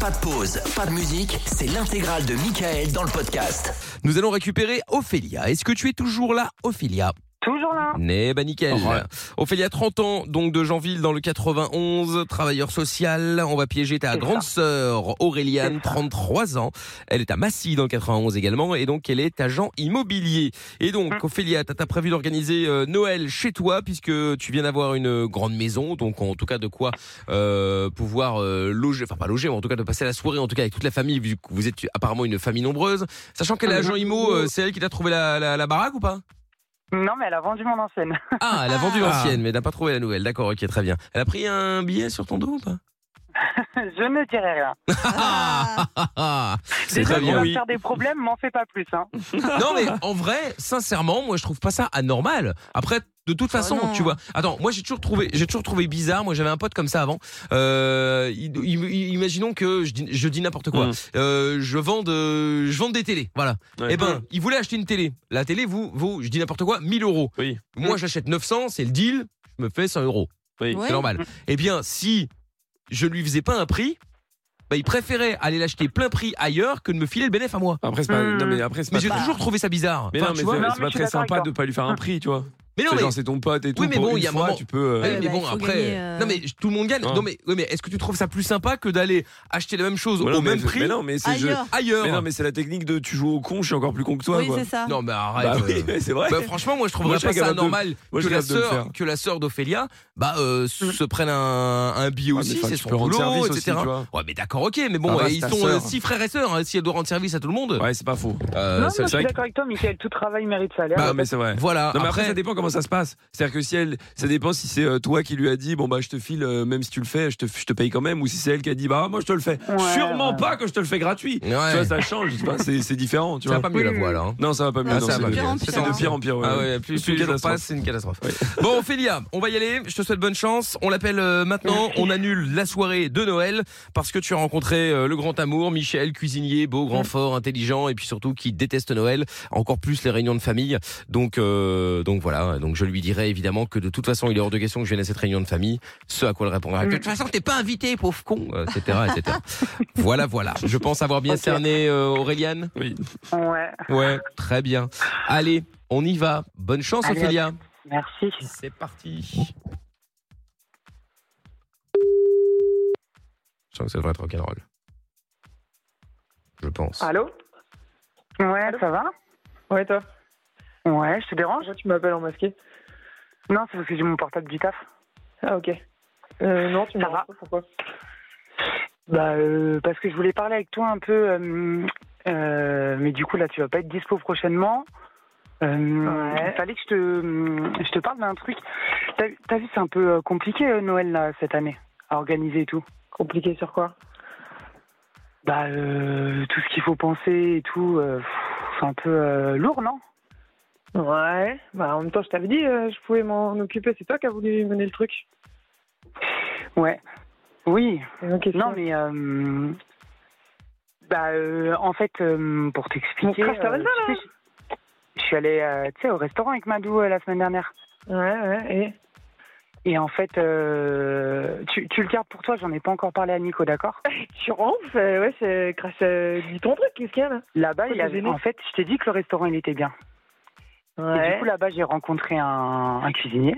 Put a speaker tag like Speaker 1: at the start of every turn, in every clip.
Speaker 1: Pas de pause, pas de musique, c'est l'intégrale de Michael dans le podcast.
Speaker 2: Nous allons récupérer Ophélia. Est-ce que tu es toujours là, Ophélia
Speaker 3: Toujours là.
Speaker 2: Eh ben nickel.
Speaker 4: Ouais.
Speaker 2: Ophélia, 30 ans, donc de Janville dans le 91, travailleur social. On va piéger ta
Speaker 3: C'est
Speaker 2: grande sœur Auréliane, 33 ans. Elle est à Massy dans le 91 également, et donc elle est agent immobilier. Et donc Ophélia, t'as t'as prévu d'organiser euh, Noël chez toi puisque tu viens d'avoir une grande maison, donc en tout cas de quoi euh, pouvoir euh, loger, enfin pas loger, mais en tout cas de passer la soirée, en tout cas avec toute la famille, vu que vous êtes apparemment une famille nombreuse. Sachant qu'elle est agent immo, euh, c'est elle qui t'a trouvé la- la- la baraque ou pas
Speaker 3: Non, mais elle a vendu mon ancienne.
Speaker 2: ah, elle a vendu
Speaker 4: Ah.
Speaker 2: l'ancienne, mais n'a pas trouvé la nouvelle. D'accord, ok, très bien. Elle a pris un billet sur ton dos ou pas
Speaker 3: je ne dirai rien.
Speaker 2: Ah, ah, ah. C'est
Speaker 3: Déjà,
Speaker 2: très
Speaker 3: pour
Speaker 2: bien.
Speaker 3: me faire des problèmes, m'en fais pas plus. Hein.
Speaker 2: Non, mais en vrai, sincèrement, moi, je trouve pas ça anormal. Après. De toute façon,
Speaker 4: Ah non.
Speaker 2: tu vois. Attends, moi j'ai toujours trouvé, j'ai toujours trouvé bizarre. Moi j'avais un pote comme ça avant. Euh, il- il- imaginons que je dis, je dis n'importe quoi.
Speaker 4: Mm.
Speaker 2: Euh, je vends de, je vends des télés, voilà.
Speaker 4: Ouais. Mm.
Speaker 2: Eh ben, il voulait acheter une télé. La télé vous vaut, je dis n'importe quoi, 1000 euros.
Speaker 4: Oui. Mm.
Speaker 2: Moi j'achète 900, c'est le deal. Je me fais 100 euros.
Speaker 4: Oui.
Speaker 2: c'est normal. Eh bien, si je lui faisais pas un prix, bah, il préférait aller l'acheter plein prix ailleurs que de me filer le bénéfice à moi.
Speaker 4: Après, c'est pas.
Speaker 3: Hmm.
Speaker 4: Non, mais après, c'est
Speaker 2: Mais
Speaker 4: pas.
Speaker 2: j'ai
Speaker 4: Mais,
Speaker 2: toujours trouvé ça bizarre.
Speaker 4: non,
Speaker 2: Enfin,
Speaker 4: mais
Speaker 2: tu
Speaker 4: c'est
Speaker 2: vois.
Speaker 3: Non,
Speaker 4: c'est
Speaker 3: mais
Speaker 4: pas
Speaker 3: je suis
Speaker 4: très
Speaker 3: d'accord
Speaker 4: sympa
Speaker 3: avec
Speaker 4: de
Speaker 3: toi.
Speaker 4: pas lui faire un prix, tu vois.
Speaker 2: Mais non,
Speaker 4: C'est
Speaker 2: mais,
Speaker 4: genre, c'est ton pote et tout.
Speaker 2: Oui, mais
Speaker 4: pour
Speaker 2: bon,
Speaker 4: une
Speaker 2: il y a un
Speaker 4: fois,
Speaker 2: moment-
Speaker 4: Tu peux. euh,
Speaker 2: oui,
Speaker 5: Ouais,
Speaker 2: mais
Speaker 5: bah,
Speaker 2: bon
Speaker 5: il faut
Speaker 2: après.
Speaker 5: gagner, euh,
Speaker 2: Non mais tout le monde gagne.
Speaker 4: hein.
Speaker 2: Non mais, oui, mais est-ce que tu trouves ça plus sympa que d'aller acheter la même chose
Speaker 4: voilà,
Speaker 2: au
Speaker 4: mais-
Speaker 2: même prix
Speaker 4: Mais non, mais c'est. je-
Speaker 5: Ailleurs.
Speaker 2: ailleurs
Speaker 4: Mais non, mais c'est la technique de tu joues au con, je suis encore plus con que toi,
Speaker 5: oui,
Speaker 4: quoi.
Speaker 5: c'est ça.
Speaker 2: Non, mais arrête.
Speaker 4: Bah oui,
Speaker 2: euh.
Speaker 4: mais c'est vrai.
Speaker 2: Bah, franchement, moi je trouverais
Speaker 4: Moi, je
Speaker 2: pas
Speaker 4: serais
Speaker 2: ça
Speaker 4: capable de-
Speaker 2: normal
Speaker 4: moi, je
Speaker 2: que,
Speaker 4: serais
Speaker 2: la
Speaker 4: capable de le
Speaker 2: sœur,
Speaker 4: faire.
Speaker 2: que la sœur d'Ophélia bah, euh, se
Speaker 5: Mm.
Speaker 2: se prenne un, un billet
Speaker 4: Ouais, mais
Speaker 2: aussi,
Speaker 4: enfin,
Speaker 2: c'est
Speaker 4: tu
Speaker 2: son
Speaker 4: peux rendre
Speaker 2: boulot,
Speaker 4: service aussi,
Speaker 2: etc.
Speaker 4: tu vois.
Speaker 2: ouais, mais d'accord, ok, mais bon,
Speaker 4: Ah, bah,
Speaker 2: euh,
Speaker 4: c'est
Speaker 2: ils
Speaker 4: ta
Speaker 2: sont euh,
Speaker 4: sœur.
Speaker 2: six frères et sœurs, hein, si elle doit rendre service à tout le monde.
Speaker 4: Ouais, c'est pas faux.
Speaker 2: euh,
Speaker 3: non, non,
Speaker 2: c'est-
Speaker 3: je
Speaker 4: vrai
Speaker 3: suis
Speaker 4: que-
Speaker 3: d'accord avec toi, Michael. Tout travail mérite salaire.
Speaker 4: Bah, mais c'est vrai.
Speaker 2: Voilà,
Speaker 4: Non, mais après, ça dépend comment ça se passe. C'est-à-dire que si elle, ça dépend si c'est euh, toi qui lui a dit, bon bah je te file, euh, même si tu le fais, je te, je te paye quand même, ou si c'est elle qui a dit, bah moi je te le fais.
Speaker 3: Ouais,
Speaker 4: Sûrement
Speaker 3: ouais.
Speaker 4: pas que je te le fais gratuit.
Speaker 2: Ouais.
Speaker 4: Tu vois, ça change, je sais pas, c'est c'est différent, tu
Speaker 2: ça va
Speaker 4: vois.
Speaker 2: pas mieux la
Speaker 3: Oui,
Speaker 2: voix là. hein.
Speaker 4: Non, ça va pas mieux.
Speaker 2: Ah,
Speaker 4: non,
Speaker 2: ça
Speaker 4: c'est
Speaker 2: va
Speaker 4: de-
Speaker 2: mieux.
Speaker 5: C'est
Speaker 4: c'est de pire en pire. ouais,
Speaker 2: Ah
Speaker 4: ouais.
Speaker 2: ouais, plus,
Speaker 4: C'est
Speaker 2: plus
Speaker 4: une
Speaker 2: les jours
Speaker 4: catastrophe.
Speaker 2: passent, c'est une catastrophe. Bon, Ophélia, on va y aller. Je te souhaite bonne chance. On l'appelle euh, maintenant. On annule la soirée de Noël parce que tu as rencontré euh, le grand amour, Michel, cuisinier, beau, grand, fort, intelligent et puis surtout qui déteste Noël, encore plus les réunions de famille. Donc, euh, donc voilà. Donc je lui dirai évidemment que de toute façon, il est hors de question que je vienne à cette réunion de famille. Ce à quoi elle répondra. De toute façon, t'es pas invité, pauvre con, euh, etc., etc. voilà, voilà. Je pense avoir bien
Speaker 3: Ok.
Speaker 2: cerné euh, Auréliane.
Speaker 4: Oui.
Speaker 3: Ouais,
Speaker 2: Ouais, très bien. Allez, on y va. Bonne chance,
Speaker 3: Allez,
Speaker 2: Ophélia.
Speaker 3: merci.
Speaker 2: C'est parti. Je sens que ça devrait être rock'n'roll. Je pense.
Speaker 6: Allô
Speaker 3: Ouais, ça va
Speaker 6: Ouais, toi
Speaker 3: Ouais, je te dérange
Speaker 6: Pourquoi Ah, tu m'appelles en masqué
Speaker 3: Non, c'est parce que j'ai mon portable du taf.
Speaker 6: Ah, ok. Euh, non, tu me
Speaker 3: Ça va.
Speaker 6: déranges pas, pourquoi
Speaker 3: Bah, euh, parce que je voulais parler avec toi un peu. euh, euh, mais du coup, là, tu vas pas être dispo prochainement. Euh,
Speaker 6: Ouais.
Speaker 3: Il fallait que je te, je te parle d'un truc. T'as t'as vu, c'est un peu euh, compliqué euh, Noël là, cette année à organiser et tout.
Speaker 6: Compliqué sur quoi
Speaker 3: Bah, euh, tout ce qu'il faut penser et tout, euh, pff, c'est un peu euh, lourd, non
Speaker 6: Ouais, bah en même temps, je t'avais dit, euh, je pouvais m'en occuper. C'est toi qui as voulu mener le truc.
Speaker 3: Ouais. Oui.
Speaker 6: Et donc, qu'est-ce
Speaker 3: Non,
Speaker 6: que-
Speaker 3: mais. euh, bah, euh, en fait, euh, pour t'expliquer.
Speaker 6: Mon crash, t'arrêtes là,
Speaker 3: tu sais, je- je suis allée, euh, tu sais, au restaurant avec Madou euh, la semaine dernière.
Speaker 6: Ouais, ouais, et
Speaker 3: Et en fait, euh, tu, tu le gardes pour toi, j'en ai pas encore parlé à Nico, d'accord
Speaker 6: tu rentres, euh, ouais, c'est grâce à... Dis ton truc, qu'est-ce qu'il y a là
Speaker 3: Là-bas,
Speaker 6: Pourquoi
Speaker 3: il
Speaker 6: t'es
Speaker 3: avait...
Speaker 6: gêné
Speaker 3: en fait, je t'ai dit que le restaurant, il était bien. Et du
Speaker 6: Ouais,
Speaker 3: coup, là-bas, j'ai rencontré un, un cuisinier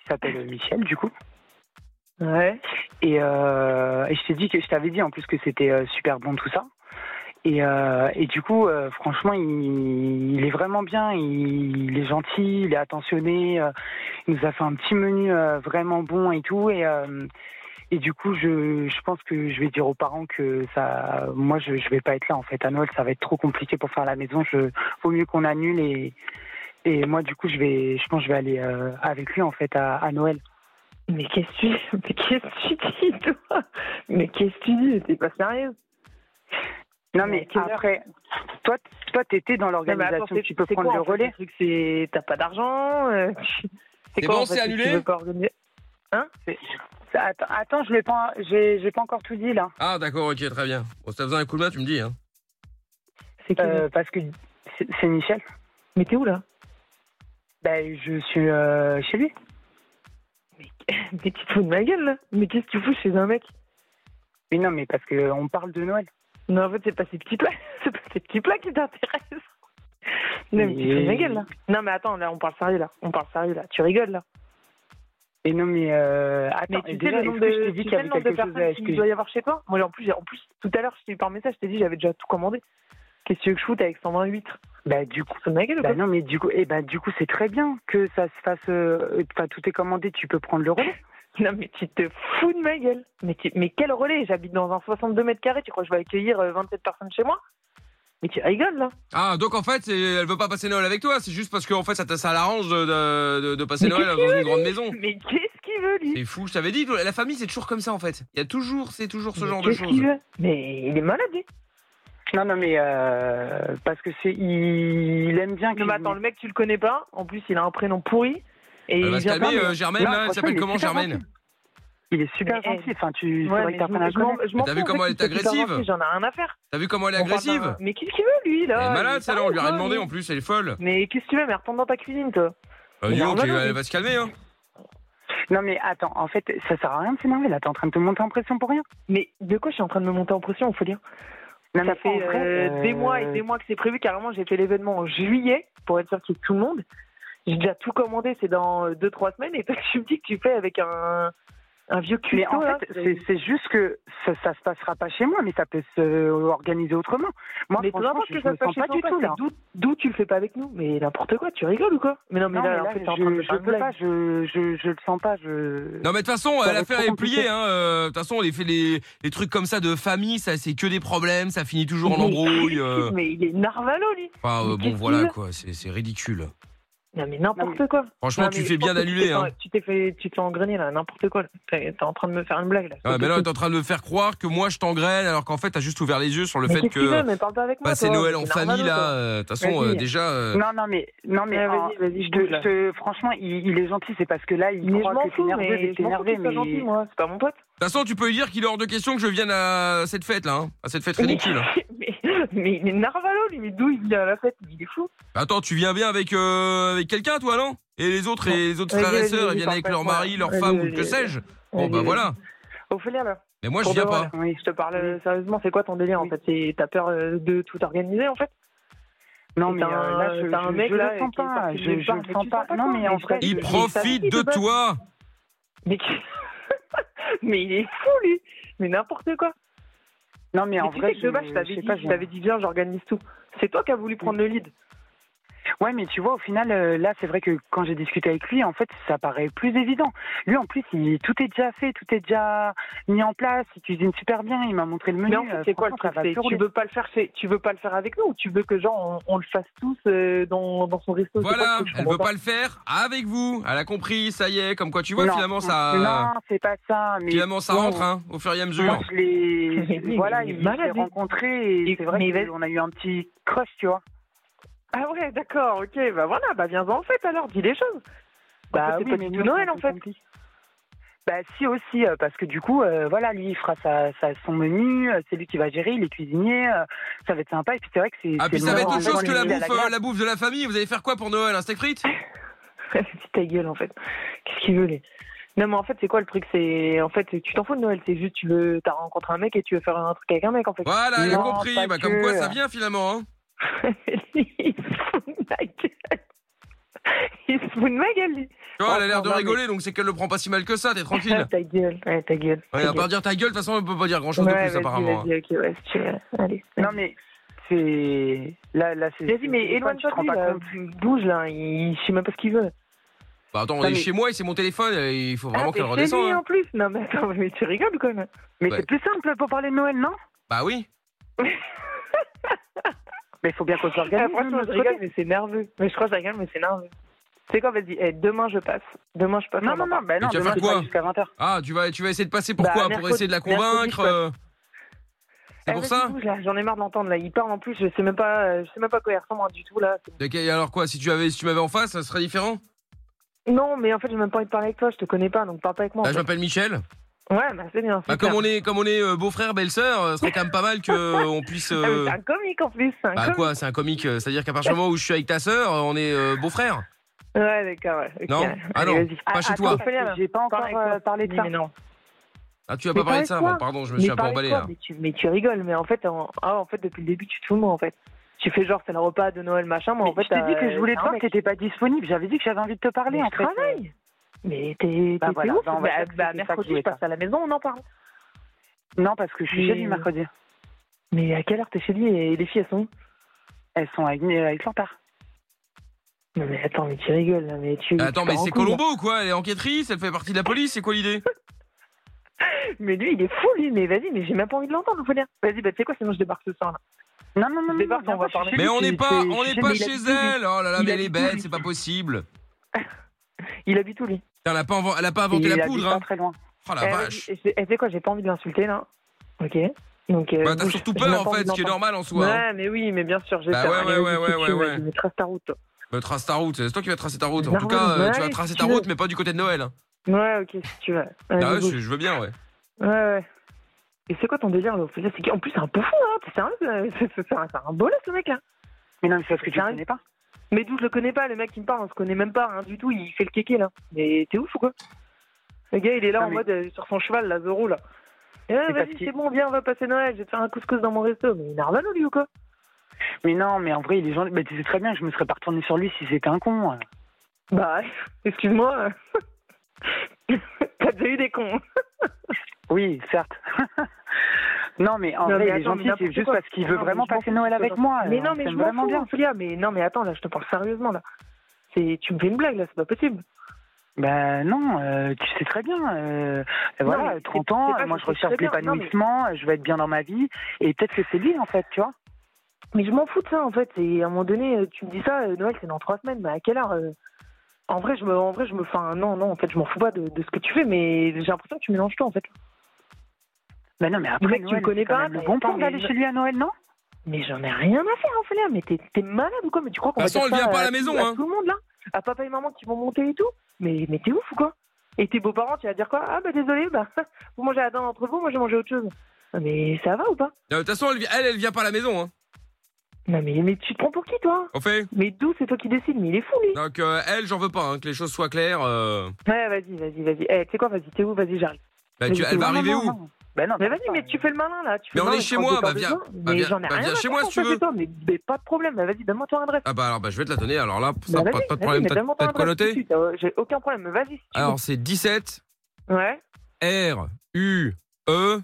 Speaker 3: qui s'appelle Michel, du coup.
Speaker 6: ouais.
Speaker 3: Et, euh, et je t'ai dit que je t'avais dit en plus que c'était euh, super bon tout ça. Et, euh, et du coup, euh, franchement, il, il est vraiment bien. Il, il est gentil, il est attentionné. euh, il nous a fait un petit menu euh, vraiment bon et tout. Et, euh, et du coup, je, je pense que je vais dire aux parents que ça, moi, je, je vais pas être là en fait. À Noël, ça va être trop compliqué pour faire à la maison. Je, vaut mieux qu'on annule. Et, et moi, du coup, je vais, je pense, que je vais aller euh, avec lui en fait à, à Noël.
Speaker 6: Mais qu'est-ce que tu... Mais qu'est-ce que tu dis, toi Mais qu'est-ce que tu dis T'es pas sérieux
Speaker 3: Non, mais
Speaker 6: Mais quelle heure
Speaker 3: après, toi, toi, t'étais dans l'organisation, tu peux prendre le relais.
Speaker 6: truc, c'est... T'as pas d'argent euh, tu-
Speaker 2: C'est
Speaker 6: quoi,
Speaker 2: bon,
Speaker 6: en fait,
Speaker 2: c'est
Speaker 6: que tu
Speaker 2: annulé
Speaker 6: veux pas organiser
Speaker 3: Attends, attends, je l'ai pas, j'ai, j'ai pas encore tout dit là,
Speaker 2: Ah, d'accord, ok, très bien. Bon, si t'as besoin d'un coup de main, tu me dis. Hein.
Speaker 6: C'est qui
Speaker 3: Euh, parce que c'est, c'est Michel.
Speaker 6: Mais t'es où, là
Speaker 3: Ben, je suis euh, chez lui.
Speaker 6: Mais tu te fous de ma gueule là Mais qu'est-ce que tu fous chez un mec
Speaker 3: Mais non, mais parce qu'on parle de Noël.
Speaker 6: Non, en fait, c'est pas ces petits plats, c'est pas ces petits plats qui t'intéressent. Non, mais tu te
Speaker 3: Mais-
Speaker 6: fous de ma gueule, là. Non, mais attends, là, on parle sérieux, là. On parle sérieux, là. Tu rigoles, là.
Speaker 3: Et non, mais euh,
Speaker 6: Mais
Speaker 3: attends,
Speaker 6: tu sais
Speaker 3: déjà,
Speaker 6: le nombre
Speaker 3: est-ce que je
Speaker 6: de,
Speaker 3: t'ai
Speaker 6: tu
Speaker 3: dit qu'il y
Speaker 6: sais le
Speaker 3: avait
Speaker 6: nombre de
Speaker 3: quelque chose à
Speaker 6: personnes qu'il
Speaker 3: acheter
Speaker 6: doit y avoir chez toi Moi, en plus, j'ai- en plus, tout à l'heure, je t'ai eu par message, je t'ai dit, j'avais déjà tout commandé. Qu'est-ce que tu veux que je foute avec 128
Speaker 3: Bah, du coup.
Speaker 6: Tu te fous de ma gueule ou
Speaker 3: Bah
Speaker 6: quoi
Speaker 3: non, mais du coup, eh ben, du coup, c'est très bien que ça se fasse. euh, Enfin, tout est commandé, tu peux prendre le relais.
Speaker 6: Non, mais tu te fous de ma gueule. Mais, tu- mais quel relais J'habite dans un 62 mètres carrés, tu crois que je vais accueillir euh, 27 personnes chez moi Mais tu rigoles, là.
Speaker 2: Ah, donc en fait, c'est- elle veut pas passer Noël avec toi, c'est juste parce qu'en fait, ça, t'a- ça l'arrange de, de- de passer
Speaker 6: Mais
Speaker 2: Noël
Speaker 6: qu'est-ce
Speaker 2: dans une grande maison.
Speaker 6: Mais qu'est-ce qu'il veut, lui
Speaker 2: C'est fou, je t'avais dit, la famille, c'est toujours comme ça en fait. Il y a toujours, c'est toujours ce
Speaker 6: Mais
Speaker 2: genre de
Speaker 6: qu'est-ce
Speaker 2: choses.
Speaker 6: qu'il veut Mais il est malade, lui.
Speaker 3: Non, non, mais euh, parce que c'est, il, il aime bien que.
Speaker 6: Non, mais attends, le mec, tu le connais pas. En plus, il a un prénom pourri.
Speaker 2: Elle
Speaker 6: Et il
Speaker 2: va se
Speaker 6: vient
Speaker 2: calmer,
Speaker 6: pas,
Speaker 2: euh,
Speaker 6: mais-
Speaker 2: Germaine, là,
Speaker 3: Non,
Speaker 2: elle
Speaker 3: franchement, il
Speaker 2: s'appelle
Speaker 3: est
Speaker 2: comment
Speaker 3: super
Speaker 2: Germaine
Speaker 3: Il est super
Speaker 6: Mais, eh,
Speaker 3: gentil. Enfin, tu,
Speaker 6: Ouais,
Speaker 3: faudrait
Speaker 6: mais
Speaker 3: que
Speaker 6: je
Speaker 3: t'apprennes à
Speaker 6: m'en-
Speaker 3: le
Speaker 6: je m'en-
Speaker 3: connaître.
Speaker 6: je m'en
Speaker 2: Mais t'as
Speaker 6: fous,
Speaker 2: vu
Speaker 6: en
Speaker 2: comment
Speaker 6: fait,
Speaker 2: elle est
Speaker 6: qu'il soit super
Speaker 2: agressive
Speaker 6: gentil, J'en ai rien à faire.
Speaker 2: T'as vu comment elle est
Speaker 6: On parle d'un-
Speaker 2: agressive
Speaker 6: Mais qu'est-ce qu'il veut, lui,
Speaker 2: Elle
Speaker 6: là
Speaker 2: est malade,
Speaker 6: Il
Speaker 2: celle-là, on lui a rien
Speaker 6: parle,
Speaker 2: demandé
Speaker 6: quoi,
Speaker 2: en plus, elle est folle.
Speaker 6: mais- Mais qu'est-ce que tu veux Mais retourne dans ta cuisine, toi.
Speaker 2: Euh, dis
Speaker 6: Mais
Speaker 2: donc,
Speaker 6: Arnaud,
Speaker 2: elle-
Speaker 6: mais-
Speaker 2: elle va se calmer, hein.
Speaker 3: Non, mais attends, en fait, ça sert à rien de s'énerver. Là, t'es en train de te monter en pression pour rien.
Speaker 6: Mais de quoi je suis en train de me monter en pression, faut dire
Speaker 3: Non,
Speaker 6: Ça
Speaker 3: mais en
Speaker 6: fait
Speaker 3: vrai,
Speaker 6: euh, des
Speaker 3: euh,
Speaker 6: mois et des mois que c'est prévu. Carrément, j'ai fait l'événement en juillet pour être sûr qu'il y ait tout le monde. J'ai déjà tout commandé, c'est dans 2-3 semaines. Et toi, tu me dis que tu fais avec un, un vieux
Speaker 3: Mais
Speaker 6: cuistot.
Speaker 3: en
Speaker 6: là,
Speaker 3: fait, c'est, c'est juste que ça, ça se passera pas chez moi, mais ça peut se organiser autrement. Moi,
Speaker 6: mais peu
Speaker 3: franchement,
Speaker 6: importe
Speaker 3: je,
Speaker 6: que
Speaker 3: je
Speaker 6: ça
Speaker 3: me
Speaker 6: se passe
Speaker 3: sens
Speaker 6: chez
Speaker 3: pas du
Speaker 6: toi,
Speaker 3: tout
Speaker 6: c'est
Speaker 3: là.
Speaker 6: d'où- D'où tu le fais pas avec nous Mais n'importe quoi, tu rigoles ou quoi Mais non, mais
Speaker 3: Non,
Speaker 6: là,
Speaker 3: mais
Speaker 6: en
Speaker 3: là,
Speaker 6: fait, t'es en train de
Speaker 3: je,
Speaker 6: me faire
Speaker 3: je
Speaker 6: une
Speaker 3: peux
Speaker 6: blague.
Speaker 3: pas, je, je, je le sens pas, je.
Speaker 2: Non mais de toute façon,
Speaker 3: Ça va être
Speaker 2: l'affaire
Speaker 3: trop
Speaker 2: est pliée.
Speaker 3: compliqué.
Speaker 2: hein, euh, De toute façon, les, fait- les, les trucs comme ça de famille, ça c'est que des problèmes, ça finit toujours en
Speaker 6: Mais-
Speaker 2: embrouille. euh.
Speaker 6: Mais il est narvalo, lui
Speaker 2: Enfin, euh,
Speaker 6: Mais
Speaker 2: bon
Speaker 6: qu'est-ce
Speaker 2: voilà
Speaker 6: qu'il
Speaker 2: quoi, c'est c'est ridicule.
Speaker 6: Non, mais n'importe quoi
Speaker 2: Franchement,
Speaker 6: Non,
Speaker 2: tu
Speaker 6: mais
Speaker 2: fais
Speaker 6: je
Speaker 2: bien
Speaker 6: pense que tu
Speaker 2: d'annuler.
Speaker 6: t'es-
Speaker 2: Hein.
Speaker 6: Tu t'es fait, tu t'es engrené là, n'importe quoi. là. T'es t'es en train de me faire une blague là.
Speaker 2: Ouais, Ah, mais là, t'es en train de me faire croire que moi je t'engraine, alors qu'en fait, t'as juste ouvert les yeux sur le
Speaker 6: Mais
Speaker 2: fait
Speaker 6: qu'est-ce qu'il veut
Speaker 2: que
Speaker 6: Mais parle pas avec moi.
Speaker 2: passer
Speaker 6: toi,
Speaker 2: Noël
Speaker 6: t'es
Speaker 2: en
Speaker 6: narvalo,
Speaker 2: famille
Speaker 6: toi.
Speaker 2: là. euh, De toute façon, euh,
Speaker 6: Vas-y.
Speaker 2: déjà. euh,
Speaker 3: Non, non, mais, non, mais
Speaker 6: Ouais,
Speaker 3: en-
Speaker 6: vas-y, vas-y, je
Speaker 3: je te-
Speaker 6: bouge, là.
Speaker 3: je te- franchement, il, il est gentil, c'est parce que là, il
Speaker 6: Mais je
Speaker 3: croit
Speaker 6: m'en
Speaker 3: que t'es
Speaker 6: fous,
Speaker 3: nerveux,
Speaker 6: mais
Speaker 3: mais
Speaker 6: je
Speaker 3: t'es
Speaker 6: m'en
Speaker 3: nerveux,
Speaker 6: fous qu'il soit
Speaker 3: mais.
Speaker 6: gentil, moi. C'est pas mon pote.
Speaker 2: De toute façon, tu peux lui dire qu'il est hors de question que je vienne à cette fête là, hein, à cette fête ridicule.
Speaker 6: Mais, mais il est narvalo, lui. Mais d'où il vient à la fête Mais il est fou.
Speaker 2: Attends, tu viens bien avec, euh, avec quelqu'un toi, non Et les autres, et les autres
Speaker 6: Vas-y,
Speaker 2: frères et
Speaker 6: vas-y,
Speaker 2: sœurs, ils
Speaker 6: vas-y,
Speaker 2: viennent avec leur
Speaker 6: parfait,
Speaker 2: mari, leur
Speaker 6: vas-y,
Speaker 2: femme ou
Speaker 6: vas-y,
Speaker 2: que
Speaker 6: vas-y.
Speaker 2: sais-je Bon
Speaker 6: Vas-y,
Speaker 2: bah
Speaker 6: vas-y.
Speaker 2: voilà.
Speaker 6: Ophélia, là.
Speaker 2: Mais moi, je
Speaker 6: Pour
Speaker 2: viens
Speaker 6: de
Speaker 2: pas.
Speaker 6: vrai,
Speaker 3: Oui.
Speaker 6: Je te parle euh, sérieusement, c'est quoi ton délire en
Speaker 3: Oui.
Speaker 6: fait C'est- T'as peur euh, de tout organiser en fait
Speaker 3: Non,
Speaker 6: Et
Speaker 3: mais
Speaker 6: t'as
Speaker 3: euh,
Speaker 6: un-
Speaker 3: là, je,
Speaker 6: t'as un
Speaker 3: je-
Speaker 6: mec,
Speaker 3: je
Speaker 6: là,
Speaker 3: le
Speaker 6: qui
Speaker 3: sens
Speaker 6: est
Speaker 3: pas,
Speaker 6: sorti
Speaker 3: je,
Speaker 6: de nulle
Speaker 3: je
Speaker 6: part,
Speaker 3: le
Speaker 6: mais
Speaker 3: sens
Speaker 6: tu
Speaker 3: pas.
Speaker 6: sens pas
Speaker 3: Non,
Speaker 6: quoi,
Speaker 3: mais en
Speaker 6: mais
Speaker 3: vrai,
Speaker 6: je-
Speaker 2: Il
Speaker 6: je-
Speaker 2: profite
Speaker 6: je-
Speaker 2: de
Speaker 6: je-
Speaker 2: toi.
Speaker 6: mais, qui- mais il est fou lui Mais n'importe quoi
Speaker 3: non, mais
Speaker 6: Mais
Speaker 3: en
Speaker 6: tu
Speaker 3: vrai,
Speaker 6: sais que de base, je t'avais
Speaker 3: sais
Speaker 6: dit,
Speaker 3: pas,
Speaker 6: je
Speaker 3: j'ai-
Speaker 6: t'avais dit bien, j'organise tout. C'est toi qui as voulu prendre le lead.
Speaker 3: Ouais, mais tu vois, au final, euh, là, c'est vrai que quand j'ai discuté avec lui, en fait, ça paraît plus évident. Lui, en plus, il, tout est déjà fait, tout est déjà mis en place, il cuisine super bien, il m'a montré le menu.
Speaker 6: Mais en fait,
Speaker 3: euh,
Speaker 6: c'est quoi le
Speaker 3: franchement,
Speaker 6: truc
Speaker 3: ça va
Speaker 6: c'est-
Speaker 3: purger.
Speaker 6: Tu veux pas le faire, chez- tu veux pas le faire avec nous ou Tu veux que genre on, on le fasse tous euh, dans, dans son resto C'est quoi
Speaker 2: Voilà,
Speaker 6: le truc, je
Speaker 2: elle
Speaker 6: comprends
Speaker 2: veut pas le faire avec vous. Elle a compris, ça y est. Comme quoi, tu vois,
Speaker 3: Non,
Speaker 2: finalement ça,
Speaker 3: Non, c'est pas ça, mais.
Speaker 2: finalement ça
Speaker 3: Non.
Speaker 2: rentre hein, au fur et à mesure.
Speaker 3: Moi, je l'ai.
Speaker 6: Mais oui,
Speaker 3: voilà,
Speaker 6: mais il est
Speaker 3: il
Speaker 6: malade,
Speaker 3: s'est
Speaker 6: lui.
Speaker 3: rencontré et
Speaker 6: Il-
Speaker 3: c'est vrai
Speaker 6: mais il va-
Speaker 3: qu'on a eu un petit crush, tu vois.
Speaker 6: Ah ouais, d'accord, ok, bah voilà, bah viens en fait alors, dis les choses. Bah c'est
Speaker 3: oui,
Speaker 6: pas
Speaker 3: mais
Speaker 6: du
Speaker 3: nous,
Speaker 6: tout
Speaker 3: on
Speaker 6: Noël
Speaker 3: s'en
Speaker 6: en fait.
Speaker 3: fout. Bah si aussi, euh, parce que du coup, euh, voilà, lui, il fera sa, sa- son menu, euh, c'est lui qui va gérer, il est cuisinier, euh, ça va être sympa, et puis c'est vrai que c'est...
Speaker 2: Ah
Speaker 3: c'est
Speaker 2: puis
Speaker 3: le
Speaker 2: ça va être
Speaker 3: moment
Speaker 2: autre
Speaker 3: où on
Speaker 2: chose que la
Speaker 3: est à
Speaker 2: bouffe, euh,
Speaker 3: glace.
Speaker 2: la bouffe de la famille. Vous allez faire quoi pour Noël Un steak frites
Speaker 6: Dis ta gueule en fait. Qu'est-ce qu'il veut lui Non mais en fait c'est quoi le truc C'est en fait tu t'en fous de Noël, c'est juste tu veux t'as rencontré un mec et tu veux faire un truc avec un mec en fait.
Speaker 2: Voilà, elle a
Speaker 3: Non,
Speaker 2: compris.
Speaker 3: pas
Speaker 2: Bah comme quoi
Speaker 3: que.
Speaker 2: ça vient finalement. hein.
Speaker 6: il se fout de ma gueule. Il se fout de ma gueule lui.
Speaker 2: Tu vois, elle a l'air de
Speaker 6: Enfin, non,
Speaker 2: rigoler, donc c'est qu'elle le prend pas si mal que ça. T'es
Speaker 6: Ah,
Speaker 2: tranquille.
Speaker 6: ta gueule, ouais, ta gueule.
Speaker 2: Ouais,
Speaker 6: ta
Speaker 2: à
Speaker 6: gueule.
Speaker 2: part dire ta gueule, de toute façon, on peut pas dire grand chose de
Speaker 6: Ouais,
Speaker 2: plus
Speaker 6: vas-y,
Speaker 2: apparemment. hein.
Speaker 6: Vas-y, ok, ouais, si tu veux. Allez.
Speaker 3: Non mais c'est... Là, là, c'est...
Speaker 6: Vas-y, mais
Speaker 3: c'est-
Speaker 6: éloigne-toi
Speaker 3: tu te
Speaker 6: de
Speaker 3: rends
Speaker 6: lui,
Speaker 3: pas
Speaker 6: là.
Speaker 3: compte.
Speaker 6: Bouge, là. Il... Je sais même pas ce qu'il veut.
Speaker 2: Bah attends, on
Speaker 3: Non,
Speaker 2: est
Speaker 3: mais-
Speaker 2: chez moi et c'est mon téléphone. euh, Il faut vraiment
Speaker 6: ah,
Speaker 2: qu'elle
Speaker 6: mais c'est
Speaker 2: redescende.
Speaker 6: lui,
Speaker 2: hein.
Speaker 6: en plus. Non, mais attends, mais tu rigoles, quoi, là.
Speaker 3: Mais
Speaker 2: Ouais.
Speaker 3: c'est plus simple pour parler de Noël, non
Speaker 2: Bah oui.
Speaker 3: Mais il faut bien qu'on
Speaker 6: Ah,
Speaker 3: s'organise. nous, de
Speaker 6: franchement,
Speaker 3: notre
Speaker 6: je
Speaker 3: côté.
Speaker 6: rigole, mais c'est nerveux. Mais je crois que je rigole, mais c'est nerveux. C'est quoi, vas-y, eh, demain, je passe. Demain, je passe.
Speaker 3: Non,
Speaker 6: on
Speaker 3: non,
Speaker 6: en
Speaker 3: non,
Speaker 6: parle.
Speaker 3: bah non,
Speaker 2: tu vas
Speaker 3: demain,
Speaker 2: faire
Speaker 3: c'est
Speaker 2: quoi
Speaker 3: pas jusqu'à 20h.
Speaker 2: Ah, tu vas, tu vas essayer de passer pourquoi
Speaker 6: Bah,
Speaker 2: Pour
Speaker 6: mercredi-
Speaker 2: essayer de la
Speaker 6: mercredi,
Speaker 2: convaincre.
Speaker 6: je passe.
Speaker 2: euh, C'est
Speaker 6: Eh,
Speaker 2: pour
Speaker 6: vas-y,
Speaker 2: ça.
Speaker 6: bouge, là, J'en ai marre de l'entendre, là. Il parle, en plus, je sais même pas, euh, je sais même pas quoi il ressemble, hein, du tout, là. C'est-
Speaker 2: Ok, alors quoi Si tu avais, si tu m'avais en face, ça serait différent.
Speaker 6: Non, mais en fait, j'ai même pas envie de parler avec toi, je te connais pas, donc parle pas avec moi. en
Speaker 2: Bah, je m'appelle Michel.
Speaker 6: fait. Ouais, bah, c'est bien.
Speaker 2: Bah,
Speaker 6: c'est
Speaker 2: comme
Speaker 6: clair.
Speaker 2: on est, comme on est euh, beau-frère, belle-sœur, euh, ce serait quand même pas mal que euh, on puisse.
Speaker 6: Ah, mais
Speaker 2: euh,
Speaker 6: c'est un comique, en plus. c'est un
Speaker 2: Bah
Speaker 6: comique.
Speaker 2: quoi C'est un comique. euh, C'est-à-dire qu'à partir du moment où je suis avec ta sœur, euh, on est euh, beau-frère.
Speaker 6: Ouais, d'accord, ouais. ok.
Speaker 2: Non Ah
Speaker 6: Allez,
Speaker 2: non.
Speaker 6: vas-y.
Speaker 2: Pas
Speaker 3: Ah,
Speaker 2: chez
Speaker 3: attends,
Speaker 2: toi.
Speaker 3: parce que J'ai pas encore
Speaker 6: Parle avec
Speaker 3: euh,
Speaker 6: toi.
Speaker 3: parlé de ça.
Speaker 6: Mais non.
Speaker 2: Ah, tu vas
Speaker 6: Mais
Speaker 2: pas parler
Speaker 6: parlez
Speaker 2: de ça
Speaker 6: quoi
Speaker 2: bon, Pardon, je me
Speaker 6: Mais
Speaker 2: suis un peu
Speaker 6: parlez
Speaker 2: emballé
Speaker 6: quoi
Speaker 2: là.
Speaker 6: mais tu, mais tu rigoles, mais en fait, en, ah, en fait, depuis le début, tu te fous de moi, en fait. Tu fais genre, c'est le repas de Noël, machin, mais, en fait.
Speaker 3: je t'ai dit
Speaker 6: euh,
Speaker 3: que je voulais
Speaker 6: t'es
Speaker 3: te
Speaker 6: un
Speaker 3: voir,
Speaker 6: mec.
Speaker 3: t'étais pas disponible. J'avais dit que j'avais envie de te parler
Speaker 6: Ah, Mais
Speaker 3: en
Speaker 6: je
Speaker 3: fait.
Speaker 6: travaille. Mais t'es
Speaker 3: Bah
Speaker 6: t'es-
Speaker 3: voilà,
Speaker 6: t'es ouf.
Speaker 3: bah, on va
Speaker 6: Bah,
Speaker 3: dire que c'est
Speaker 6: bah,
Speaker 3: ça que je
Speaker 6: mercredi,
Speaker 3: voulais
Speaker 6: je passe à la maison, on en parle.
Speaker 3: Non, parce que je suis
Speaker 6: Mais-
Speaker 3: chez lui mercredi.
Speaker 6: Mais à quelle heure t'es chez lui et les filles, elles sont où
Speaker 3: Elles sont euh, avec, avec leur père.
Speaker 6: Non, mais attends, mais tu rigoles, là, mais tu.
Speaker 2: Bah, Attends,
Speaker 6: tu
Speaker 2: mais
Speaker 6: pars en
Speaker 2: c'est
Speaker 6: couille, là.
Speaker 2: Colombo ou quoi Elle est enquêtrice, elle fait partie de la police, c'est quoi l'idée
Speaker 6: Mais lui, il est fou, lui, mais vas-y, mais j'ai même pas envie de l'entendre, faut dire. Vas-y, bah, tu sais quoi, sinon je débarque ce soir, là.
Speaker 3: Non, non, non, non.
Speaker 6: Débarque,
Speaker 3: viens
Speaker 6: on va
Speaker 3: pas, je suis
Speaker 6: parler.
Speaker 3: chez
Speaker 2: Mais
Speaker 3: lui,
Speaker 2: on
Speaker 3: c'est-
Speaker 2: n'est pas,
Speaker 3: c'est-
Speaker 2: on
Speaker 3: je
Speaker 2: n'est
Speaker 3: suis
Speaker 2: pas
Speaker 6: mais il
Speaker 2: chez
Speaker 6: habite où, lui
Speaker 2: elle Oh là là,
Speaker 6: Il
Speaker 2: mais elle est
Speaker 6: habite où,
Speaker 2: bête,
Speaker 6: lui
Speaker 2: c'est pas possible
Speaker 6: Il habite où, lui
Speaker 2: Putain, Elle a pas, inven- elle a pas inventé
Speaker 3: il
Speaker 2: la
Speaker 3: habite
Speaker 2: poudre,
Speaker 3: pas
Speaker 2: hein
Speaker 3: très loin.
Speaker 2: Oh la
Speaker 6: Eh,
Speaker 2: vache
Speaker 6: vas-y, je- eh, tu sais quoi, j'ai pas envie de l'insulter, là. Ok. Donc. euh,
Speaker 2: Bah t'as
Speaker 6: bouge.
Speaker 2: surtout
Speaker 6: J'ai
Speaker 2: peur
Speaker 6: même
Speaker 2: en
Speaker 6: pas
Speaker 2: fait,
Speaker 6: envie
Speaker 2: ce qui est
Speaker 6: d'entendre.
Speaker 2: normal en soi. hein.
Speaker 6: Ouais, mais oui, mais bien sûr, je vais
Speaker 2: Bah
Speaker 6: faire
Speaker 2: ouais,
Speaker 6: un
Speaker 2: ouais, ouais, ouais, ouais, ouais.
Speaker 6: Mais trace ta route, toi.
Speaker 2: Bah, trace ta route, c'est toi qui vas tracer ta route. En
Speaker 6: Bah
Speaker 2: tout
Speaker 6: ouais,
Speaker 2: cas, euh, tu
Speaker 6: ouais,
Speaker 2: vas
Speaker 6: si
Speaker 2: tracer
Speaker 6: tu
Speaker 2: ta
Speaker 6: veux.
Speaker 2: route, mais pas du côté de Noël. hein.
Speaker 6: Ouais, ok, si tu veux. Vas-y,
Speaker 2: Ah ouais,
Speaker 6: bouge.
Speaker 2: je je veux bien, ouais.
Speaker 6: Ouais, ouais. Et c'est quoi ton délire, là au fait C'est qu'en plus, c'est un peu fou, hein C'est un, c'est- c'est- c'est un, c'est un bolos, ce mec, hein
Speaker 3: Mais non, mais c'est parce que tu le
Speaker 6: J'arrive.
Speaker 3: connais pas.
Speaker 6: Mais d'où je le connais pas, le mec qui me parle, on se connaît même pas, hein, du tout, il fait le kéké, là. Mais t'es ouf ou quoi Le gars, il est là
Speaker 3: Non,
Speaker 6: en
Speaker 3: mais-
Speaker 6: mode euh, sur son cheval, là, Zoro, là. Eh, ouais,
Speaker 3: C'est
Speaker 6: vas-y,
Speaker 3: parce
Speaker 6: c'est
Speaker 3: qu'il-
Speaker 6: bon, viens, on va passer Noël, je vais te faire un couscous dans mon resto. Mais il est normal, lui, ou quoi
Speaker 3: Mais non, mais en vrai, il est gentil. Mais tu sais très bien que je me serais pas retourné sur lui si c'était un con. euh.
Speaker 6: Bah, excuse-moi. euh. T'as déjà eu des cons.
Speaker 3: Oui, certes. non, mais en
Speaker 6: Non,
Speaker 3: vrai,
Speaker 6: mais
Speaker 3: il est
Speaker 6: attends, mais
Speaker 3: gentil.
Speaker 6: n'importe
Speaker 3: C'est juste
Speaker 6: quoi.
Speaker 3: parce qu'il veut
Speaker 6: Non, mais
Speaker 3: vraiment
Speaker 6: je m'en
Speaker 3: passer
Speaker 6: fous,
Speaker 3: Noël
Speaker 6: je
Speaker 3: avec
Speaker 6: m'en
Speaker 3: moi.
Speaker 6: Mais
Speaker 3: euh,
Speaker 6: non,
Speaker 3: on
Speaker 6: mais
Speaker 3: s'aime
Speaker 6: je
Speaker 3: vraiment
Speaker 6: m'en
Speaker 3: bien.
Speaker 6: fous, Ophélia, mais non, mais attends, là, je te parle sérieusement, là. C'est, tu me fais une blague, là, c'est pas possible.
Speaker 3: Ben non, euh, tu sais très bien. euh,
Speaker 6: mais
Speaker 3: voilà,
Speaker 6: c'est-
Speaker 3: 30
Speaker 6: c'est
Speaker 3: ans,
Speaker 6: pas-
Speaker 3: moi je
Speaker 6: c'est très
Speaker 3: recherche
Speaker 6: bien, non, mais-
Speaker 3: l'épanouissement, je vais être bien dans ma vie. Et peut-être que c'est lui en fait, tu vois.
Speaker 6: Mais je m'en fous de ça, en fait. Et à un moment donné, euh, tu me dis ça, euh, Noël, c'est dans trois semaines, mais à quelle heure euh En vrai, je me, en vrai, je me, enfin, non, non, en fait, je m'en fous pas de, de ce que tu fais, mais j'ai l'impression que tu mélanges tout, en fait.
Speaker 3: Ben non, mais après,
Speaker 6: mec, tu
Speaker 3: Noël,
Speaker 6: le connais
Speaker 3: c'est quand
Speaker 6: pas,
Speaker 3: même le
Speaker 6: mais
Speaker 3: bon
Speaker 6: attends,
Speaker 3: plan
Speaker 6: mais
Speaker 3: d'aller
Speaker 6: je-
Speaker 3: chez lui à Noël, non
Speaker 6: Mais j'en ai rien à faire, Ophélia, mais t'es, t'es malade ou quoi Mais tu crois qu'on
Speaker 2: De
Speaker 6: va
Speaker 2: toute façon,
Speaker 6: dire
Speaker 2: elle
Speaker 6: ça
Speaker 2: vient pas à la
Speaker 6: tout-
Speaker 2: maison, hein.
Speaker 6: tout le monde, là À papa et maman qui vont monter et tout Mais, mais t'es ouf ou quoi Et tes beaux-parents, tu vas dire quoi Ah, bah désolé, bah, vous mangez à dents entre vous, moi j'ai mangé autre chose. Non, Mais ça va ou pas
Speaker 2: Non, De toute façon, elle, vi- elle, elle vient pas à la maison. Hein.
Speaker 6: Non, mais, mais tu te prends pour qui, toi
Speaker 2: Au fait
Speaker 6: Mais d'où c'est toi qui décides Mais il est fou, lui
Speaker 2: Donc, euh, elle, j'en veux pas, hein, que les choses soient claires. euh.
Speaker 6: Ouais, vas-y, vas-y, vas-y. Eh, tu sais quoi, vas-y, t'es où Vas-y, j'arrive.
Speaker 2: Bah,
Speaker 6: Mais
Speaker 2: tu-
Speaker 6: c'est
Speaker 2: elle va
Speaker 6: vraiment
Speaker 2: arriver
Speaker 3: Non,
Speaker 2: où
Speaker 3: non. Ben non,
Speaker 6: Mais
Speaker 3: t'as
Speaker 6: vas-y,
Speaker 3: pas,
Speaker 6: mais tu fais le malin, là. Tu fais
Speaker 2: Mais
Speaker 6: le
Speaker 2: on
Speaker 6: malin,
Speaker 2: est
Speaker 6: tu
Speaker 2: chez
Speaker 6: prends
Speaker 2: moi,
Speaker 6: deux
Speaker 2: bah,
Speaker 6: heures de
Speaker 2: viens-
Speaker 6: soin.
Speaker 2: bah,
Speaker 6: mais
Speaker 2: viens-
Speaker 6: j'en ai
Speaker 2: bah,
Speaker 6: rien
Speaker 2: viens
Speaker 6: à
Speaker 2: chez
Speaker 6: faire,
Speaker 2: moi, si
Speaker 6: en
Speaker 2: tu
Speaker 6: fait,
Speaker 2: veux.
Speaker 6: de toi, Mais, mais pas de problème, bah, vas-y, donne-moi ton adresse.
Speaker 2: Ah bah alors, bah, je vais te la donner. Alors là, ça,
Speaker 6: Bah,
Speaker 2: pas,
Speaker 6: vas-y,
Speaker 2: pas de
Speaker 6: vas-y,
Speaker 2: problème,
Speaker 6: mais
Speaker 2: t'as
Speaker 6: donne-moi ton
Speaker 2: t'as de quoi
Speaker 6: adresse tout de
Speaker 2: noter
Speaker 6: suite, euh, J'ai aucun problème, vas-y. si tu veux.
Speaker 2: Alors, c'est 17
Speaker 6: Ouais.
Speaker 2: R U E.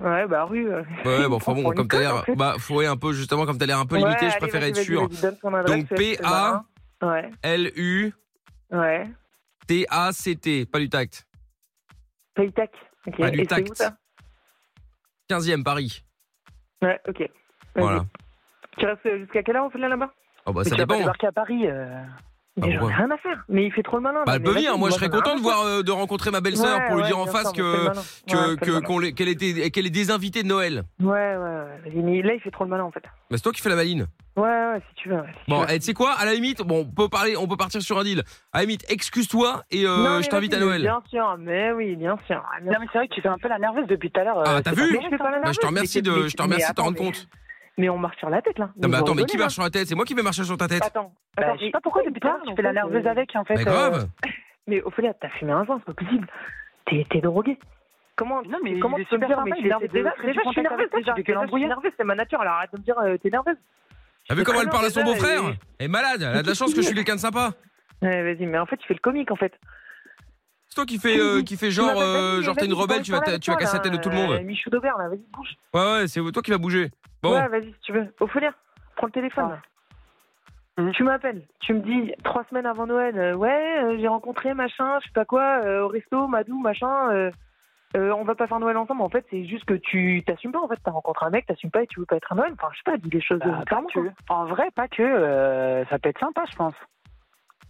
Speaker 6: Ouais, bah rue. euh,
Speaker 2: Ouais, bon, enfin
Speaker 6: prend
Speaker 2: bon,
Speaker 6: pour
Speaker 2: comme
Speaker 6: une
Speaker 2: t'as
Speaker 6: conne, en
Speaker 2: l'air,
Speaker 6: fait.
Speaker 2: bah, fourré un peu, justement, comme t'as l'air un peu
Speaker 6: Ouais,
Speaker 2: limité, je
Speaker 6: allez,
Speaker 2: préférais
Speaker 6: vas-y,
Speaker 2: être
Speaker 6: vas-y,
Speaker 2: sûr.
Speaker 6: vas-y, donne ton adresse,
Speaker 2: Donc,
Speaker 6: je fais le
Speaker 2: PA.
Speaker 6: malin.
Speaker 2: L U
Speaker 6: Ouais, ouais.
Speaker 2: T A C T, pas du tact.
Speaker 6: Paytac. Ok.
Speaker 2: Pas du
Speaker 6: Et c'est où
Speaker 2: tact.
Speaker 6: ça
Speaker 2: 15e Paris.
Speaker 6: Ouais, ok. Vas-y.
Speaker 2: Voilà.
Speaker 6: Tu restes jusqu'à quelle heure on fait là là-bas
Speaker 2: Oh bah
Speaker 3: mais
Speaker 2: ça
Speaker 3: tu vas pas
Speaker 2: dépend.
Speaker 3: débarquer à Paris. euh.
Speaker 2: Bah,
Speaker 6: Mais j'en ai
Speaker 2: pourquoi
Speaker 6: rien à faire. Mais il fait trop le malin.
Speaker 2: Bah
Speaker 6: là,
Speaker 2: elle
Speaker 6: mais
Speaker 2: peut
Speaker 6: vas-y,
Speaker 2: venir. Moi, je serais
Speaker 6: j'en ai rien
Speaker 2: content de
Speaker 6: à
Speaker 2: voir euh, de rencontrer ma
Speaker 6: faire.
Speaker 2: belle-sœur
Speaker 6: Ouais,
Speaker 2: pour lui
Speaker 6: ouais,
Speaker 2: dire en
Speaker 6: bien
Speaker 2: face
Speaker 6: sûr, on fait
Speaker 2: que
Speaker 6: le
Speaker 2: que
Speaker 6: malin. Ouais, on fait
Speaker 2: que-
Speaker 6: le malin.
Speaker 2: qu'on les- qu'elle était qu'elle est des invitées de Noël.
Speaker 6: Ouais, ouais, ouais. Vas-y, mais là, il fait trop le malin en fait.
Speaker 2: Bah c'est toi qui fais la maline.
Speaker 6: Ouais, ouais, si tu veux. ouais, si tu
Speaker 2: Bon, eh,
Speaker 6: veux.
Speaker 2: et tu sais quoi À la limite, bon, on peut parler, on peut partir sur un deal. À la limite, excuse-toi et euh,
Speaker 6: Non, mais
Speaker 2: je t'invite à
Speaker 6: vas-y,
Speaker 2: Noël.
Speaker 6: Bien sûr, mais oui, bien sûr. Ah, bien
Speaker 3: Non, mais c'est vrai que tu fais un peu la nerveuse depuis tout à l'heure.
Speaker 2: Ah,
Speaker 3: euh,
Speaker 2: t'as
Speaker 3: c'est
Speaker 2: vu
Speaker 3: pas
Speaker 6: Mais je fais pas la
Speaker 2: Bah, je te
Speaker 6: nerveuse,
Speaker 2: remercie
Speaker 6: mais-
Speaker 2: de, je te
Speaker 6: mais-
Speaker 2: remercie de
Speaker 6: mais
Speaker 2: t'en rendre
Speaker 6: attends,
Speaker 2: compte.
Speaker 6: Mais on marche sur la tête là.
Speaker 2: Non mais
Speaker 6: vous
Speaker 2: attends, mais qui
Speaker 6: rigolez,
Speaker 2: marche sur la tête C'est moi qui vais marcher sur ta
Speaker 6: là
Speaker 2: tête.
Speaker 6: Attends,
Speaker 3: Bah,
Speaker 6: hein. attends,
Speaker 3: je sais pas pourquoi depuis tout à l'heure
Speaker 6: parles,
Speaker 3: tu
Speaker 6: en
Speaker 3: fais la
Speaker 6: fait,
Speaker 3: nerveuse
Speaker 6: euh,
Speaker 3: avec en fait.
Speaker 2: Mais
Speaker 3: euh,
Speaker 2: grave.
Speaker 6: Mais Ophélia, t'as fumé un vin, c'est pas possible. T'es t'es drogué. Comment,
Speaker 3: Non, mais
Speaker 6: comment
Speaker 3: il est
Speaker 6: tu peux me
Speaker 3: super
Speaker 6: dire,
Speaker 3: sympa,
Speaker 6: mais je
Speaker 3: il
Speaker 6: suis nerveuse
Speaker 3: essaie de-
Speaker 6: déjà,
Speaker 3: de
Speaker 6: déjà, je suis
Speaker 3: prendre
Speaker 6: nerveuse,
Speaker 3: contact avec
Speaker 6: déjà, déjà, je suis
Speaker 3: l'embrouillard.
Speaker 6: nerveuse, c'est ma nature, alors arrête de me dire, euh, t'es
Speaker 2: T'as
Speaker 6: nerveuse.
Speaker 2: vu
Speaker 6: C'est
Speaker 2: Ah, comment
Speaker 6: très
Speaker 2: elle parle à
Speaker 6: bien,
Speaker 2: son
Speaker 6: déjà,
Speaker 2: beau-frère
Speaker 6: et-
Speaker 2: Elle est malade. Elle a de la chance que je suis quelqu'un de sympa.
Speaker 6: Ouais, vas-y, mais en fait, tu fais le comique, en fait.
Speaker 2: C'est toi qui fais euh, qui fait genre
Speaker 6: Vas-y,
Speaker 2: euh,
Speaker 6: vas-y,
Speaker 2: genre t'es
Speaker 6: vas-y,
Speaker 2: une rebelle,
Speaker 6: parle
Speaker 2: tu vas
Speaker 6: sur
Speaker 2: ta- tu vas
Speaker 6: toi,
Speaker 2: casser la
Speaker 6: là,
Speaker 2: tête de tout le
Speaker 6: euh,
Speaker 2: monde.
Speaker 6: Michou d'Aubert, là, vas-y, bouge.
Speaker 2: Ouais ouais, c'est toi qui vas bouger. Bon.
Speaker 6: Ouais, vas-y, si tu veux. Ophélia, prends le téléphone. là.
Speaker 3: Ah. Mhm.
Speaker 6: Tu m'appelles, tu me dis trois semaines avant Noël, euh, ouais, euh, j'ai rencontré machin, je sais pas quoi, euh, au resto, Madou, machin, euh, euh, on va pas faire Noël ensemble. En fait, c'est juste que tu t'assumes pas. En fait, t'as rencontré un mec, t'assumes pas et tu veux pas être à Noël. Enfin, je sais pas, dis les choses
Speaker 3: Bah,
Speaker 6: euh,
Speaker 3: pas
Speaker 6: clairement.
Speaker 3: que.
Speaker 6: quoi.
Speaker 3: En vrai, pas que. euh, ça peut être sympa, je pense.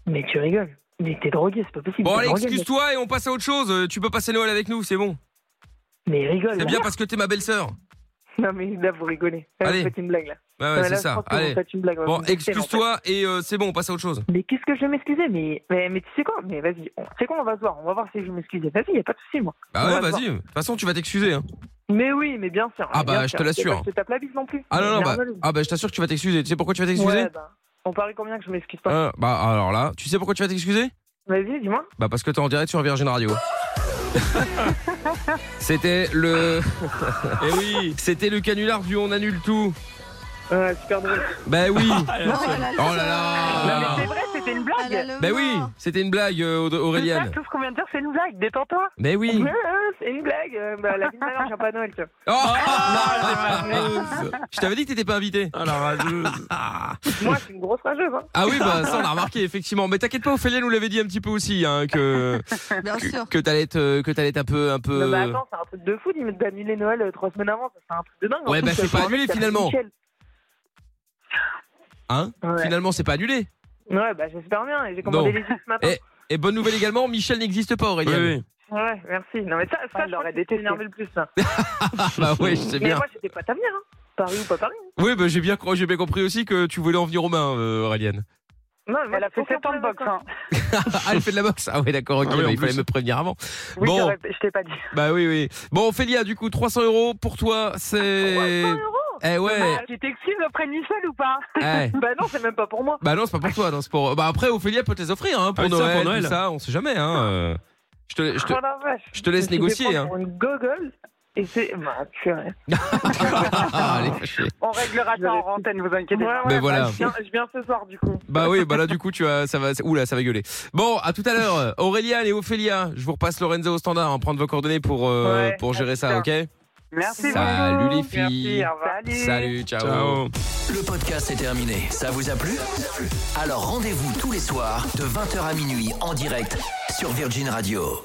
Speaker 6: Mais tu rigoles. Mais t'es drogué, c'est pas possible.
Speaker 2: Bon
Speaker 6: t'es
Speaker 2: allez,
Speaker 6: drogué, mec.
Speaker 2: excuse-toi et on passe à autre chose. Euh, Tu peux passer Noël avec nous, c'est bon.
Speaker 6: Mais rigole.
Speaker 2: C'est
Speaker 6: là.
Speaker 2: bien parce que t'es ma belle-sœur.
Speaker 6: Non, mais là, vous rigolez. Là,
Speaker 2: Allez.
Speaker 6: Vous faites une blague, là.
Speaker 2: Ouais,
Speaker 6: Ouais,
Speaker 2: ouais,
Speaker 6: là,
Speaker 2: c'est
Speaker 6: je
Speaker 2: ça.
Speaker 6: pense que vous
Speaker 2: Allez.
Speaker 6: faites une blague. ouais, vous
Speaker 2: Bon,
Speaker 6: me détestez, là, en fait.
Speaker 2: excuse-toi et euh, c'est bon, on passe à autre chose.
Speaker 6: Mais qu'est-ce que je vais m'excuser mais, mais, mais tu sais quoi Mais vas-y, on- tu sais quoi On va se voir, on va voir si je vais m'excuser. Vas-y, y a pas de souci, moi.
Speaker 2: Bah
Speaker 6: On
Speaker 2: ouais,
Speaker 6: va se
Speaker 2: vas-y. De toute façon, tu vas t'excuser. hein.
Speaker 6: Mais oui, mais bien sûr.
Speaker 2: Ah
Speaker 6: mais
Speaker 2: bah,
Speaker 6: bien
Speaker 2: je
Speaker 6: sûr.
Speaker 2: te l'assure.
Speaker 6: C'est pas que Je te tape la bise non plus.
Speaker 2: Ah non, non, bah,
Speaker 6: Normal.
Speaker 2: ah, bah je t'assure que tu vas t'excuser. Tu sais pourquoi tu vas t'excuser Hein,
Speaker 6: Ouais, bah, on parie combien que je m'excuse pas
Speaker 2: Euh, Bah alors là, tu sais pourquoi tu vas t'excuser
Speaker 6: Vas-y, dis-moi.
Speaker 2: Bah parce que t'es en direct sur Virgin Radio. C'était le,
Speaker 4: Eh oui
Speaker 2: c'était le canular du on annule tout.
Speaker 6: Ouais, Euh, super drôle.
Speaker 2: Bah oui.
Speaker 6: Ah,
Speaker 2: là
Speaker 5: Oh
Speaker 2: là. Ah,
Speaker 6: Non, mais c'est vrai, c'était une blague.
Speaker 2: Bah oui. C'était une blague, euh, Aud-
Speaker 6: C'est ça,
Speaker 2: Auréliane.
Speaker 6: tout ce qu'on vient de dire, c'est une blague, détends-toi.
Speaker 2: Mais oui.
Speaker 6: Ouais, ouais, c'est une blague. Euh, bah, la vie de malheur, j'ai pas à Noël, tu vois.
Speaker 2: Oh
Speaker 6: Ah, la
Speaker 2: Je t'avais dit que t'étais pas invité. Ah.
Speaker 6: Moi, je suis une grosse rageuse. Hein.
Speaker 2: Ah oui, bah ça on l'a remarqué effectivement. Mais t'inquiète pas, Ophélie nous l'avait dit un petit peu aussi hein, que
Speaker 5: Bien sûr.
Speaker 2: que, que t'allais être euh, que t'allais être un peu un
Speaker 6: Non,
Speaker 2: peu.
Speaker 4: bah,
Speaker 6: mais attends, c'est un truc de fou d'im- d'annuler Noël euh, trois semaines avant. ça, C'est un truc de dingue.
Speaker 2: Ouais,
Speaker 6: En
Speaker 2: bah,
Speaker 6: plus,
Speaker 2: c'est
Speaker 6: euh,
Speaker 2: pas
Speaker 6: pour un
Speaker 2: annulé,
Speaker 6: mec qui a
Speaker 2: finalement.
Speaker 6: fait Michel.
Speaker 2: Hein
Speaker 6: Ouais.
Speaker 2: Finalement, c'est pas annulé.
Speaker 6: Ouais, bah j'espère bien. Et j'ai commandé
Speaker 2: Non.
Speaker 6: les yeux ce matin.
Speaker 2: Eh. Et bonne nouvelle également, Michel n'existe pas,
Speaker 4: Oui,
Speaker 2: Auréliane.
Speaker 4: oui.
Speaker 6: Ouais, merci. Non, mais ça, ça
Speaker 3: Ah, il
Speaker 6: je
Speaker 3: aurait
Speaker 6: crois que c'est ce qui
Speaker 3: détesté.
Speaker 6: m'énervait le plus. Ça.
Speaker 2: Ah bah ouais, je sais
Speaker 6: Mais
Speaker 2: bien.
Speaker 6: moi, j'étais pas ta mère. Hein. Paris ou pas Paris.
Speaker 2: Oui, bah j'ai bien, j'ai bien compris aussi que tu voulais en venir aux mains, euh, Auréliane.
Speaker 6: Non, mais moi,
Speaker 3: Elle a
Speaker 6: j'ai
Speaker 3: fait
Speaker 6: aucun
Speaker 3: 7 ans de
Speaker 6: problème avec
Speaker 3: boxe.
Speaker 6: ça.
Speaker 3: Hein.
Speaker 2: Ah, elle fait de la boxe. Ah ouais, d'accord, ok,
Speaker 4: Ah oui, en
Speaker 2: bah, il fallait
Speaker 4: plus.
Speaker 2: me prévenir avant.
Speaker 6: Oui,
Speaker 2: Bon.
Speaker 6: j'aurais- je t'ai pas dit.
Speaker 2: Bah oui, oui. Bon, Ophélia, du coup, 300 euros pour toi, c'est.
Speaker 6: 300 euros
Speaker 2: Eh ouais.
Speaker 3: Ah, tu t'excuses auprès de Michel ou pas
Speaker 2: eh.
Speaker 6: Bah non, c'est même pas pour moi.
Speaker 2: Bah non, c'est pas pour toi, non, c'est pour. Bah après, Ophélia peut te les offrir, hein, pour
Speaker 4: Ah oui, ça,
Speaker 2: Noël,
Speaker 4: pour Noël.
Speaker 2: tout ça, on sait jamais, hein. euh. Je te, je te-
Speaker 6: Oh la vache.
Speaker 2: je te laisse
Speaker 6: me suis fait
Speaker 2: négocier,
Speaker 6: prendre
Speaker 2: hein.
Speaker 6: Pour une gogole. Et c'est. Bah, purée.
Speaker 2: Ah, allez, fâché.
Speaker 3: On réglera ça en antenne, vous inquiétez
Speaker 6: Ouais,
Speaker 3: pas.
Speaker 6: ouais,
Speaker 2: Mais Ben
Speaker 6: bah,
Speaker 2: voilà.
Speaker 6: je, viens, je viens ce soir du coup.
Speaker 2: Bah oui, bah là du coup tu as, ça va, oula, ça va gueuler. Bon, à tout à l'heure, Aurélia et Ophélia, je vous repasse Lorenzo au standard, hein, prendre vos coordonnées pour euh,
Speaker 6: Ouais,
Speaker 2: pour gérer
Speaker 6: à
Speaker 2: ça,
Speaker 6: plus
Speaker 2: ok Bah,
Speaker 3: Merci,
Speaker 2: Salut
Speaker 3: bonjour.
Speaker 2: les filles.
Speaker 6: Merci, au revoir.
Speaker 2: Salut, ciao.
Speaker 4: Ciao.
Speaker 1: Le podcast est terminé. Ça vous a plu Alors rendez-vous tous les soirs de 20h à minuit en direct sur Virgin Radio.